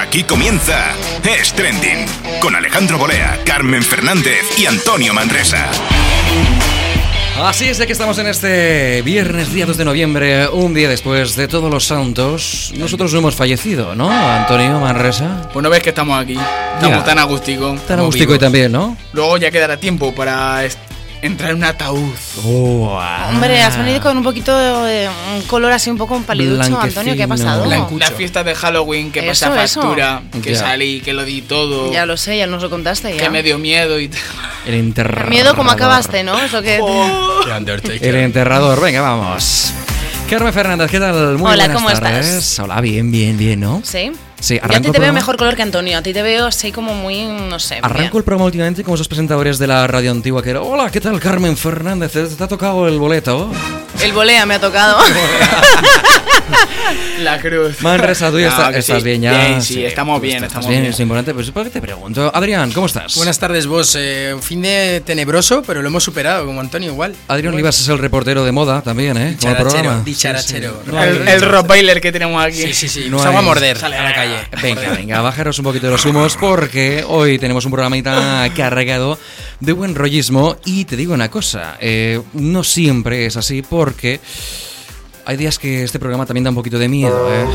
Aquí comienza Es Trending con Alejandro Bolea, Carmen Fernández y Antonio Manresa. Así es de que estamos en este viernes día 2 de noviembre, un día después de todos los santos. Nosotros no hemos fallecido, ¿no, Antonio Manresa? Pues no ves que estamos aquí. Estamos Ya. tan agustico. Tan agustico y también, ¿no? Luego ya quedará tiempo para est- entrar en un ataúd. Hombre, Ah. has venido con un poquito de un color así un poco paliducho, Antonio, ¿qué ha Blanquecino. pasado? Blancu- Oh, La fiesta de Halloween que Eso, pasa eso. factura, que Ya. salí, que lo di todo, Ya lo sé, ya nos lo contaste ya. que me dio miedo y tal. El enterrador. Miedo como acabaste, ¿no? Es lo que... El enterrador, venga, vamos. Carmen Fernández, ¿qué tal? Muy Hola, buenas ¿cómo tardes. estás? Hola, bien, bien, bien, ¿no? Sí. Sí, Yo a arranco ti el te veo programa. mejor color que Antonio, a ti te veo así como muy, no sé. Arranco el programa últimamente con esos presentadores de la radio antigua que era Hola, ¿qué tal Carmen Fernández? ¿Te, te ha tocado el boleto? bien. El volea me ha tocado. La cruz. Manresa, tú ya No, está- que sí. estás bien ya. Bien, sí, estamos tú bien, estás estamos bien. bien. Es importante, pero ¿para qué te pregunto? Adrián, ¿cómo estás? Buenas tardes, vos. Eh, un fin de tenebroso, pero lo hemos superado, como Antonio igual. Adrián Olivas es el reportero de moda también, ¿eh? Como el Dicharachero, programa. dicharachero. Sí, sí. No hay- El, el rock bailer que tenemos aquí. Sí, sí, sí. No Nos vamos hay- a morder Sale a la a- calle. Ah, Venga, venga, bajaros un poquito de los humos porque hoy tenemos un programita cargado de buen rollismo y te digo una cosa, eh, no siempre es así porque hay días que este programa también da un poquito de miedo, ¿eh?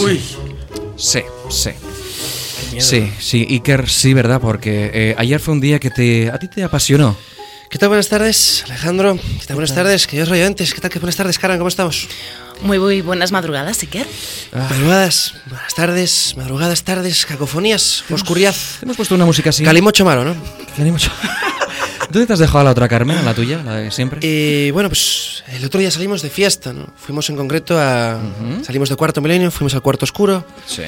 Uy. Sí, sí. Sí, sí, Iker, sí, ¿verdad? Porque eh, ayer fue un día que te, a ti te apasionó. ¿Qué tal? Buenas tardes, Alejandro. ¿Qué tal? Buenas tardes, que yo soy antes. ¿Qué tal? que Buenas tardes, Karan, ¿cómo estamos? Muy, muy buenas madrugadas, Iker. Ah. Madrugadas, buenas tardes, madrugadas, tardes, cacofonías, oscuridad. Hemos puesto una música así. Calimocho malo, ¿no? Calimocho. ¿Dónde te has dejado a la otra Carmen, a la tuya, la de siempre? Eh, bueno, pues el otro día salimos de fiesta, ¿no? Fuimos en concreto a. Salimos de cuarto milenio, fuimos al cuarto oscuro. Sí.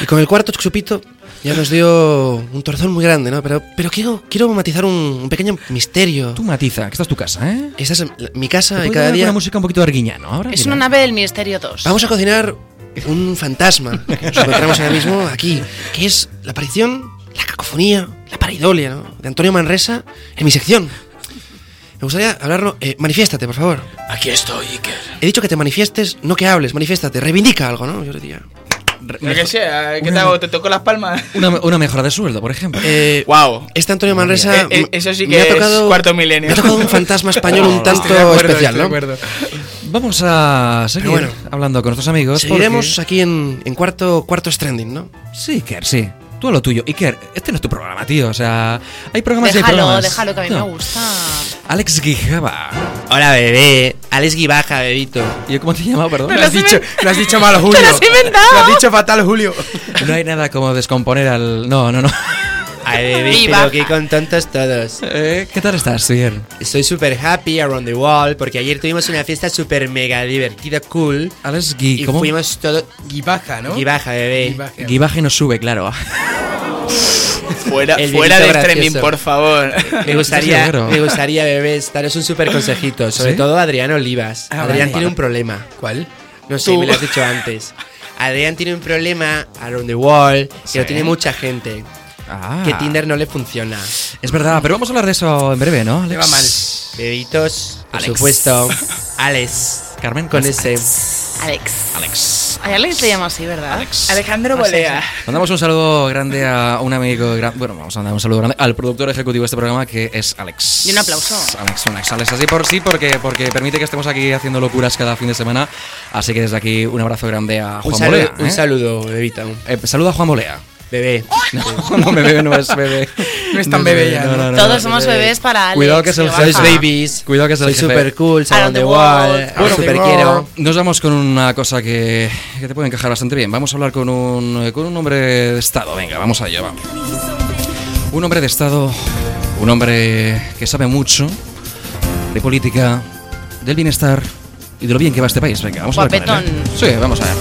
Y con el cuarto chupito ya nos dio un torzón muy grande, ¿no? Pero, pero quiero, quiero matizar un, un pequeño misterio. Tú matiza, que esta es tu casa, ¿eh? Esta es la- mi casa Te y puedo cada dar día. Una música un poquito arguiñano ahora. Es Mira. Ah, una nave del Misterio 2. Vamos a cocinar un fantasma que nos encontramos ahora mismo aquí, que es la aparición, la cacofonía, la paridolia ¿no? de Antonio Manresa en mi sección. Me gustaría hablarlo. eh, manifiéstate, por favor. Aquí estoy, Iker. He dicho que te manifiestes, no que hables, manifiéstate, reivindica algo, ¿no? Yo diría. Lo que sea, ¿qué te hago? ¿Te toco las palmas? Una, una mejora de sueldo, por ejemplo. Eh, Wow. Este Antonio Manresa. Eh, eh, m- eso sí me que ha es tocado- cuarto milenio. Me ha tocado un fantasma español un tanto Estoy de acuerdo, estoy especial, de ¿no? acuerdo. Vamos a seguir bueno. hablando con nuestros amigos. Seguiremos aquí en, en cuarto, cuarto trending, ¿no? porque- Sí, Iker, sí. Tú a lo tuyo. Iker, este no es tu programa, tío. O sea, hay programas y hay Déjalo, programas. déjalo, que a mí No. me gusta. Alex Guijaba. Hola, bebé. Alex Guibaja, bebito. ¿Y yo cómo te he llamado, perdón? Lo has, dicho, lo has dicho mal, Julio. has inventado. Lo has dicho fatal, Julio. No hay nada como descomponer al... No, no, no. Ay, bebé, Guibaja. pero qué contentos todos. Eh, ¿Qué tal estás, Iker? Estoy súper happy around the wall porque ayer tuvimos una fiesta súper mega divertida, cool. Alex Y, Gui... ¿Cómo? fuimos todo. Guibaja, ¿no? Guibaja, bebé. Guibaje no sube, claro. Fuera, El fuera de vinito streaming, gracioso. por favor. Me Sergio gustaría, Guerrero. me gustaría, bebés, daros un súper consejito. Sobre ¿Sí? todo a Adrián Olivas. Ah, Adrián vale. tiene un problema. ¿Cuál? No sé, Tú. me lo has dicho antes. Adrián tiene un problema around the wall que Sí. lo tiene mucha gente. Ah. Que Tinder no le funciona. Es verdad, pero vamos a hablar de eso en breve, ¿no? Alex? Bebitos, por Alex. supuesto. Alex. Carmen, Con ¿cómo estás? ese. Alex. Alex. Ay, Alex te llama así, ¿verdad? Alejandro Bolea. Mandamos un saludo grande a un amigo, gran- bueno, vamos a mandar un saludo grande al productor ejecutivo de este programa que es Alex. Y un aplauso. Alex, un Alex, Alex, así por sí, porque, porque permite que estemos aquí haciendo locuras cada fin de semana. Así que desde aquí un abrazo grande a Juan Un saludo, Bolea. un ¿eh? saludo, bebito. Eh, saludo a Juan Bolea. Bebé. No, no, bebé no es bebé. No es tan bebé ya, ¿no? Todos somos bebés para Alex. Cuidado que es el baja. Sois Ajá. babies. Cuidado que es el Sois jefe. súper cool, Around around the the wall. wall. Bueno, Súper te- quiero. Nos vamos con una cosa que, que te puede encajar bastante bien. Vamos a hablar con un, eh, con un hombre de Estado. Venga, vamos allá, vamos. Un hombre de Estado, un hombre que sabe mucho de política, del bienestar y de lo bien que va este país. Venga, vamos a ver. Guapetón. ¿eh? Sí, vamos a ver.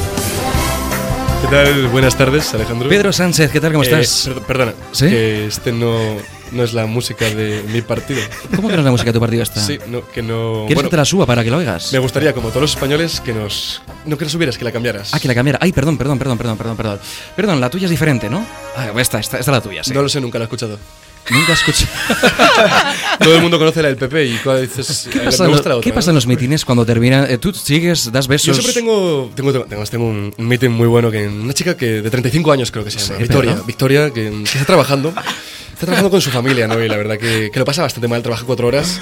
¿Qué tal? Buenas tardes, Alejandro. Pedro Sánchez, ¿qué tal? ¿Cómo Eh, estás? per- perdona, ¿Sí? que este no, no es la música de mi partido. ¿Cómo que no es la música de tu partido esta? Sí, no, que no... Ah. ¿Quieres que bueno, te la suba para que lo oigas? Me gustaría, como todos los españoles, que nos... No que la subieras, que la cambiaras. Ah, que la cambiara. Ay, perdón, perdón, perdón, perdón, perdón, perdón. Perdón, la tuya es diferente, ¿no? Ah, esta, esta, esta es la tuya, sí. No lo sé, nunca la he escuchado. Nunca escuché. Todo el mundo conoce la del PP y cuando dices... ¿Qué "Eh, pasa, me en los- gusta la qué otra", pasa ¿no? en los mitines cuando terminan? Eh, tú sigues, das besos. Yo siempre tengo, tengo, tengo, tengo, tengo un, un meeting muy bueno que una chica que de 35 años creo que se llama, Sí, Victoria, ¿verdad? Victoria que, que está trabajando, está trabajando con su familia, ¿no? Y la verdad que, que lo pasa bastante mal, trabaja cuatro horas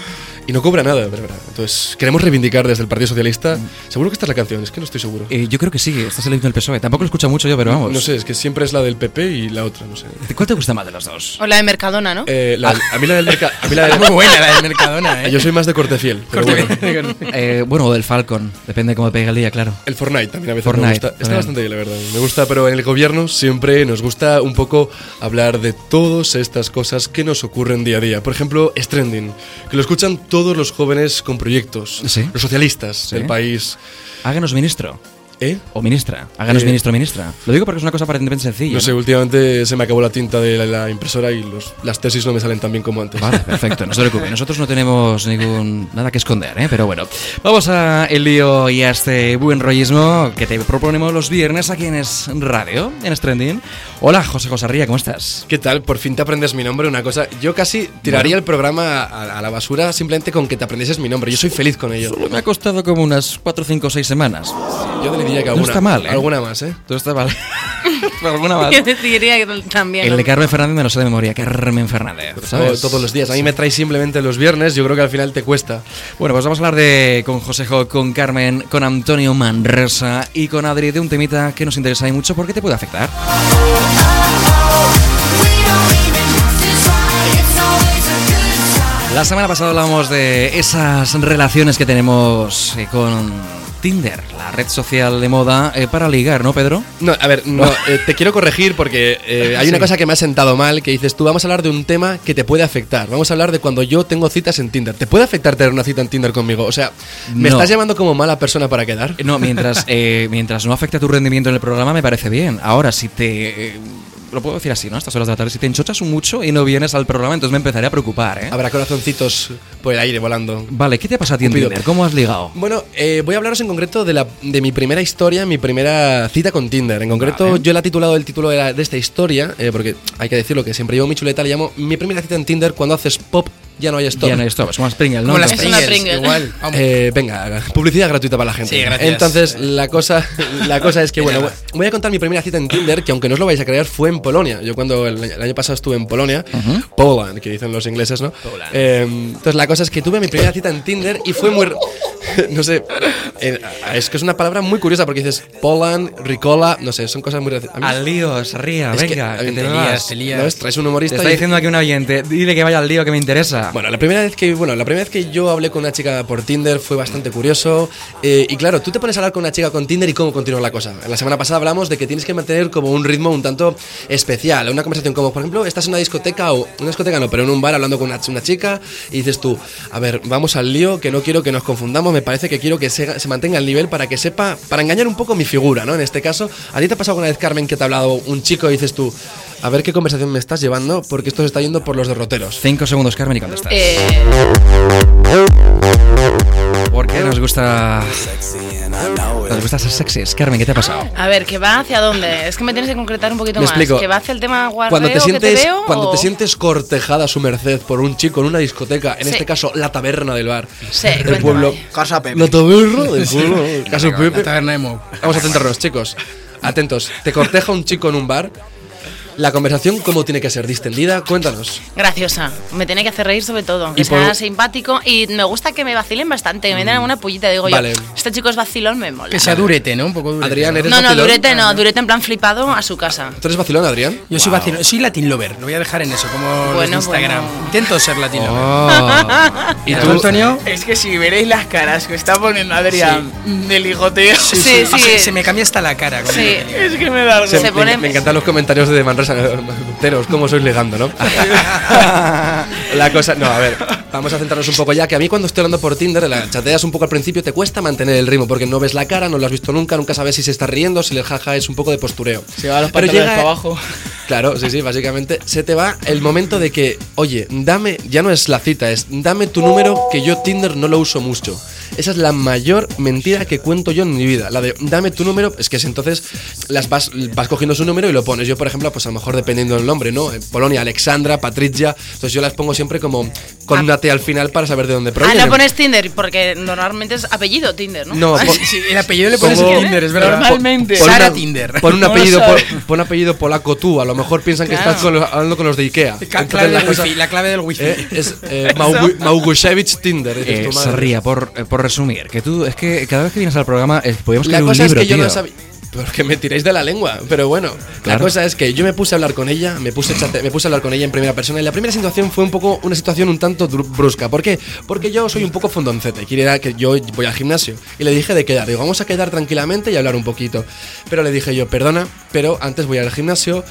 y no cobra nada, pero verdad. Entonces queremos reivindicar desde el Partido Socialista, Mm. seguro que esta es la canción, es que no estoy seguro. Eh, yo creo que sí, estás electo del PSOE. E. Tampoco lo escucho mucho yo, pero vamos. No sé, es que siempre es la del PP y la otra, no sé. ¿Cuál te gusta más de los dos? O la de Mercadona, ¿no? Eh, la- a mí la del mercado, a mí Ah, la del- Ah, Eh, Muy buena ¿eh? la del Mercadona, yo soy más de corte fiel, pero bueno. Eh, bueno, o del Falcon. Depende de cómo te pegue el día, claro. El Fortnite también a veces Fortnite, me gusta. Está también. bastante bien, la verdad. Me gusta, pero en el gobierno siempre nos gusta un poco hablar de todas estas cosas que nos ocurren día a día. Por ejemplo, es trending, que lo escuchan todos los jóvenes con proyectos, Sí. los socialistas Sí. del país. Háganos ministro. ¿Eh? O ministra. Háganos Eh, ministro o ministra. Lo digo porque es una cosa aparentemente sencilla. No sé, últimamente se me acabó la tinta de la, la impresora y los- las tesis no me salen tan bien como antes. Vale, perfecto, no se preocupe. Nosotros no tenemos ningún nada que esconder, ¿eh? pero bueno. Vamos a el lío y a este buen rollismo que te proponemos los viernes aquí en Es Radio, en Es Trending. Hola, José José Ría, ¿cómo estás? ¿Qué tal? Por fin te aprendes mi nombre, una cosa. Yo casi tiraría el programa a, a la basura simplemente con que te aprendieses mi nombre. Yo soy feliz con ello. Me ha costado como unas 4, 5, 6 semanas. Yo te diría que No alguna, está mal, ¿eh? alguna más, ¿eh? Todo está mal. ¿Alguna más? Yo diría que también. Eh, El ¿no? de Carmen Fernández me lo sé de memoria. Carmen Fernández, ¿sabes? Todo- todos los días. A mí me traes simplemente los viernes, yo creo que al final te cuesta. Bueno, pues vamos a hablar de con Josejo, con Carmen, con Antonio Manresa y con Adri de un temita que nos interesa y mucho porque te puede afectar. La semana pasada hablamos de esas relaciones que tenemos eh, con Tinder, la red social de moda eh, para ligar, ¿no, Pedro? No, a ver, no, eh, te quiero corregir porque eh, hay una Sí. cosa que me ha sentado mal, que dices tú, vamos a hablar de un tema que te puede afectar. Vamos a hablar de cuando yo tengo citas en Tinder. ¿Te puede afectar tener una cita en Tinder conmigo? O sea, ¿me No. estás llamando como mala persona para quedar? Eh, No, mientras, eh, mientras no afecte a tu rendimiento en el programa, me parece bien. Ahora, si te. eh, lo puedo decir así, ¿no? A estas horas de la tarde, si te enchochas mucho y no vienes al programa, entonces me empezaré a preocupar, ¿eh? Habrá corazoncitos por el aire volando. Vale, ¿qué te pasa a ti en Cupido. Tinder? ¿Cómo has ligado? Bueno, eh, voy a hablaros en concreto de, la, de mi primera historia, mi primera cita con Tinder. En concreto, Vale. yo la he titulado el título de, la- de esta historia, eh, porque hay que decirlo que siempre llevo mi chuleta, le llamo mi primera cita en Tinder cuando haces pop, ya no hay stop. Ya no esto, es como las Pringles, ¿no? Como las Es Entonces- una Pringles, Pringles. igual. Vamos. Eh, venga, publicidad gratuita para la gente. Sí, gracias. Entonces, la cosa, la cosa es que, bueno, voy a contar mi primera cita en Tinder, que aunque no os lo vais a creer, fue en Polonia. Yo cuando el año, el año pasado estuve en Polonia, Poland, que dicen los ingleses, ¿no? Eh, entonces, la cosa es que tuve mi primera cita en Tinder y fue muy... r- No sé, eh, es que es una palabra muy curiosa porque dices Poland, Ricola, no sé, son cosas muy... raci- a mí- Al lío, se ría, es que- venga, a mí que te lías, vas. te Te lías. ¿no ves? Traes un humorista está y- diciendo aquí un oyente, dile que vaya al lío que me interesa. bueno, la primera vez que bueno, la primera vez que yo hablé con una chica por Tinder fue bastante curioso eh, y claro, tú te pones a hablar con una chica con Tinder y cómo continúa la cosa. La semana pasada hablamos de que tienes que mantener como un ritmo un tanto especial, una conversación como por ejemplo estás en una discoteca o una discoteca no, pero en un bar hablando con una, una chica y dices tú, a ver, vamos al lío, que no quiero que nos confundamos, me parece que quiero que se, se mantenga el nivel para que sepa, para engañar un poco mi figura, ¿no? En este caso, ¿a ti te ha pasado alguna vez, Carmen, que te ha hablado un chico y dices tú, a ver qué conversación me estás llevando porque esto se está yendo por los derroteros? Cinco segundos, Carmen, y contestas. Eh, ¿Por qué nos gusta. Nos gusta ser sexys. Carmen, ¿qué te ha pasado? a ver, ¿que va hacia dónde? Es que me tienes que concretar un poquito Me más. explico. ¿Que va hacia el tema guardeo cuando te sientes, que te veo? cuando o- te sientes cortejada a su merced por un chico en una discoteca, en Sí. este caso la taberna del bar, Sí, el cuéntame. pueblo, Casa Pepe. la taberna del pueblo, casa La Pepe. taberna de Mou. Vamos a centrarnos, chicos. Atentos. Te corteja un chico en un bar. La conversación cómo tiene que ser distendida, cuéntanos. Graciosa. Me tiene que hacer reír sobre todo. aunque Y por- Mm. sea simpático. Y me gusta que me vacilen bastante. Que me den alguna pullita. Digo Vale. yo, este chico es vacilón, me mola. Que sea durete, ¿no? Un poco durete. Adrián, ¿no? eres No, no, vacilón? durete no. Durete en plan flipado a su casa. ¿Tú eres vacilón, Adrián? Yo soy vacilón, soy Latin Lover, lo voy a dejar en eso, como los de Bueno, Instagram. bueno. Intento ser Latin Lover. Oh. ¿Y ¿Y tú, Antonio? Es que si veréis las caras que está poniendo Adrián del hijoteo, Sí, sí. Se, se me cambia hasta la cara. con Sí. el- es que me da algo. Se me, pone- me encantan los comentarios de Manresa los anopteros, cómo sois ligando, ¿no? la cosa, no, a ver, vamos a centrarnos un poco ya, que a mí cuando estoy hablando por Tinder, la chateas un poco al principio, te cuesta mantener el ritmo, porque no ves la cara, no lo has visto nunca, nunca sabes si se está riendo, si el jaja es un poco de postureo. Se va a los Pero pantalones llega- para abajo. Claro, sí, sí, básicamente se te va el momento de que, oye, dame, ya no es la cita, es dame tu número que yo Tinder no lo uso mucho. Esa es la mayor mentira que cuento yo en mi vida, la de dame tu número, es que es entonces las vas, vas cogiendo su número y lo pones. Yo, por ejemplo, pues a lo mejor dependiendo del nombre, ¿no? En Polonia, Alexandra, Patricia, entonces yo las pongo siempre como con una T al final para saber de dónde Ah, provienen. no pones Tinder, porque normalmente es apellido Tinder, ¿no? No, pues, po- Ah, Sí, el apellido le pones Pongo- en Tinder, es verdad. Normalmente. Pon Sara una- Tinder. Pon un No lo apellido, sabe. pol- pon apellido polaco tú. A lo mejor piensan que Claro. estás con los- hablando con los de Ikea. Ca- Entonces clave la del cosa- wifi, la clave del wifi. Eh, es eh, Maugu- Maugushevich Tinder. é, dices Eh, tú, madre. Sarria, por, eh, por resumir, que tú, es que cada vez que vienes al programa, eh, podríamos La escribir un cosa es libro, que yo tío. no sabía. Porque me tiráis de la lengua, pero bueno. La Claro. cosa es que yo me puse a hablar con ella, me puse, a chate- me puse a hablar con ella en primera persona y la primera situación fue un poco una situación un tanto dru- brusca. ¿Por qué? Porque yo soy un poco fondoncete, quiere era que yo voy al gimnasio y le dije de quedar, digo, vamos a quedar tranquilamente y hablar un poquito. Pero le dije yo, perdona, pero antes voy al gimnasio,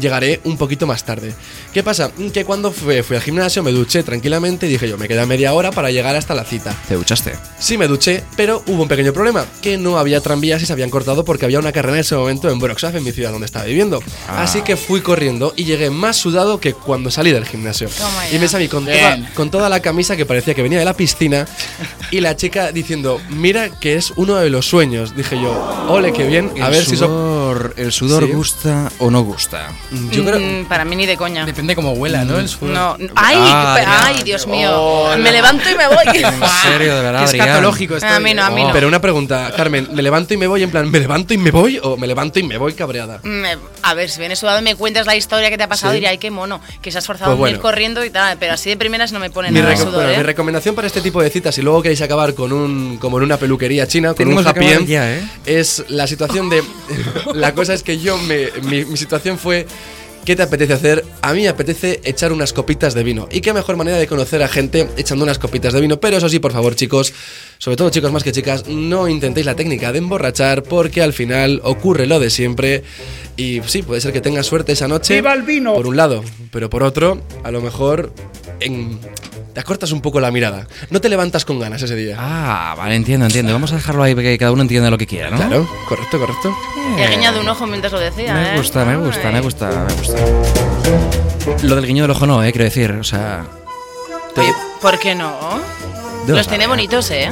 llegaré un poquito más tarde. ¿Qué pasa? Que cuando fue- fui al gimnasio me duché tranquilamente y dije yo, me queda media hora para llegar hasta la cita. Te duchaste. Sí, me duché, pero hubo un pequeño problema, que no había tranvías y se habían cortado porque había una carrera en ese momento en Broxaf, en mi ciudad donde estaba viviendo. Ah. Así que fui corriendo y llegué más sudado que cuando salí del gimnasio. Toma y ya. me salí con Bien. toda, con toda la camisa que parecía que venía de la piscina y la chica diciendo, mira que es uno de los sueños. Dije yo, ole, qué bien, a el ver si so- sudor, El sudor Sí. gusta o no gusta. Yo creo... pues, Mm, para mí ni de coña. Depende cómo huela, ¿no? El sudor. No, ay, Ah, pe- ya. ay, Dios mío. me levanto y me En voy. serio, de verdad, Ah, Es Adrián. escatológico esto. a mí no, a mí no. Pero una pregunta, Carmen, ¿me levanto y me voy en plan, me levanto y me voy o me levanto y me voy cabreada? Me- a ver, si vienes sudado y me cuentas la historia que te ha pasado, Sí. diré, ay, qué mono, que se has forzado Pues a venir bueno. corriendo y tal, pero así de primeras no me pone Mi, nada de reco- sudor, bueno, mi ¿eh? recomendación para este tipo de citas, si luego queréis acabar con un, como en una peluquería china, con Tenemos un que happy acabar end, ya, ¿eh? es la situación de. la cosa es que yo, me, mi, mi situación fue. ¿Qué te apetece hacer? A mí me apetece echar unas copitas de vino. Y qué mejor manera de conocer a gente echando unas copitas de vino. Pero eso sí, por favor, chicos, sobre todo chicos más que chicas, no intentéis la técnica de emborrachar porque al final ocurre lo de siempre. Y sí, puede ser que tengas suerte esa noche. ¡Viva el vino! Por un lado, pero por otro, a lo mejor en- te acortas un poco la mirada. No te levantas con ganas ese día. Ah, vale, entiendo, entiendo. Vamos a dejarlo ahí para que cada uno entienda lo que quiera, ¿no? Claro, correcto, correcto. He guiñado un ojo mientras lo decía, ¿eh? Me gusta, me gusta, Ay. me gusta, me gusta. Lo del guiño del ojo no, eh, quiero decir, o sea... Oye, ¿Por qué no? Dios Los tiene sabe. bonitos, ¿eh?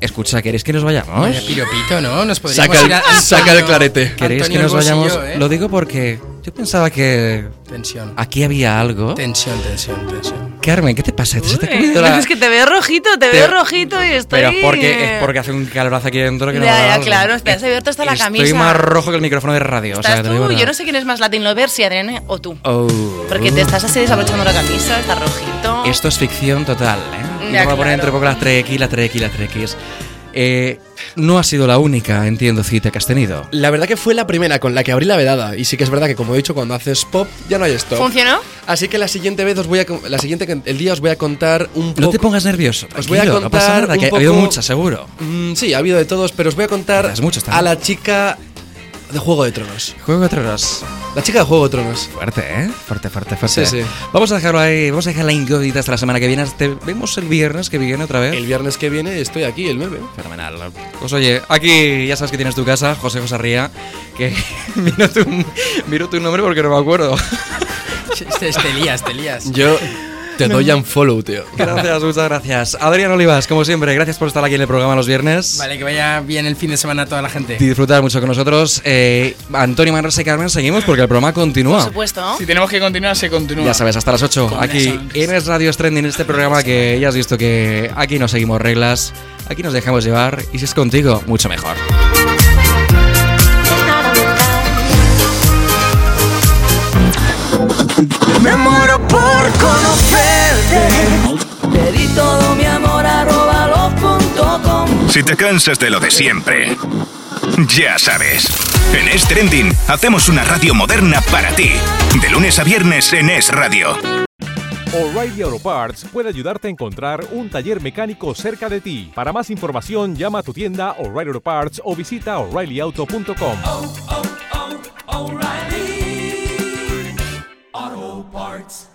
Escucha, ¿queréis que nos vayamos? Vaya piropito, ¿no? Nos podríamos Saca ir a el, Antonio- saca el clarete. ¿Queréis que Antonio nos Alborz y vayamos? yo, ¿eh? Lo digo porque yo pensaba que Tensión. aquí había algo. Tensión, tensión, tensión. Carmen, ¿qué te pasa? ¿Se te ha Uy, comido la- Es que te veo rojito, Te- te, veo rojito y estoy... Pero es porque, es porque hace un calorazo aquí dentro que no Ya, me da ya, algo. claro, te has abierto hasta la Estoy camisa. más rojo que el micrófono de radio. o sea, Estás que te tú, digo yo nada. no sé quién es más Latin Lover, si Adrián eh, o tú. Oh. Porque te estás así desabrochando la camisa, estás rojito. Esto es ficción total, ¿eh? Y Ya, vamos a poner claro. entre poco las trequis, las trequis, las trequis. Eh, no ha sido la única, entiendo, cita que has tenido. La verdad que fue la primera con la que abrí la vedada. Y sí que es verdad que, como he dicho, cuando haces pop ya no hay esto. ¿Funcionó? Ah. Así que la siguiente vez os voy a. con- La siguiente, el día os voy a contar un poco. No te pongas nervioso. Os voy a tranquilo, no pasa contar nada, un que ha poco- habido muchas, seguro. Mm, sí, ha habido de todos, pero os voy a contar Otras muchas también. a la chica de Juego de Tronos. Juego de Tronos. La chica de Juego de Tronos. Fuerte, ¿eh? Fuerte, fuerte, fuerte. Sí, sí. Vamos a dejarlo ahí, vamos a dejar la incógnita hasta la semana que viene. Te vemos el viernes que viene otra vez. El viernes que viene estoy aquí, el 9. Fenomenal. Pues oye, aquí ya sabes que tienes tu casa, José José Ría, que miro tu, miro tu nombre porque no me acuerdo. Te, te lías, te lías. Yo te doy un follow, tío. Gracias, muchas gracias. Adrián Olivas, como siempre, gracias por estar aquí en el programa los viernes. Vale, que vaya bien el fin de semana a toda la gente. Y disfrutar mucho con nosotros. Eh, Antonio Manresa y Carmen, seguimos porque el programa Por continúa. supuesto. Si tenemos que continuar, se continúa. Ya sabes, hasta las 8, Con aquí esas- en Es Radio Es Trending, este programa que ya has visto que aquí no seguimos reglas, aquí nos dejamos llevar y si es contigo, mucho mejor. Me muero por conocerte. Le di todo mi amor a robalos.com. Si te cansas de lo de siempre, ya sabes. En Es Trending hacemos una radio moderna para ti. De lunes a viernes en Es Radio. O'Reilly Auto Parts puede ayudarte a encontrar un taller mecánico cerca de ti. Para más información, llama a tu tienda O'Reilly Auto Parts o visita oreillyauto.com. O'Reilly. Parts.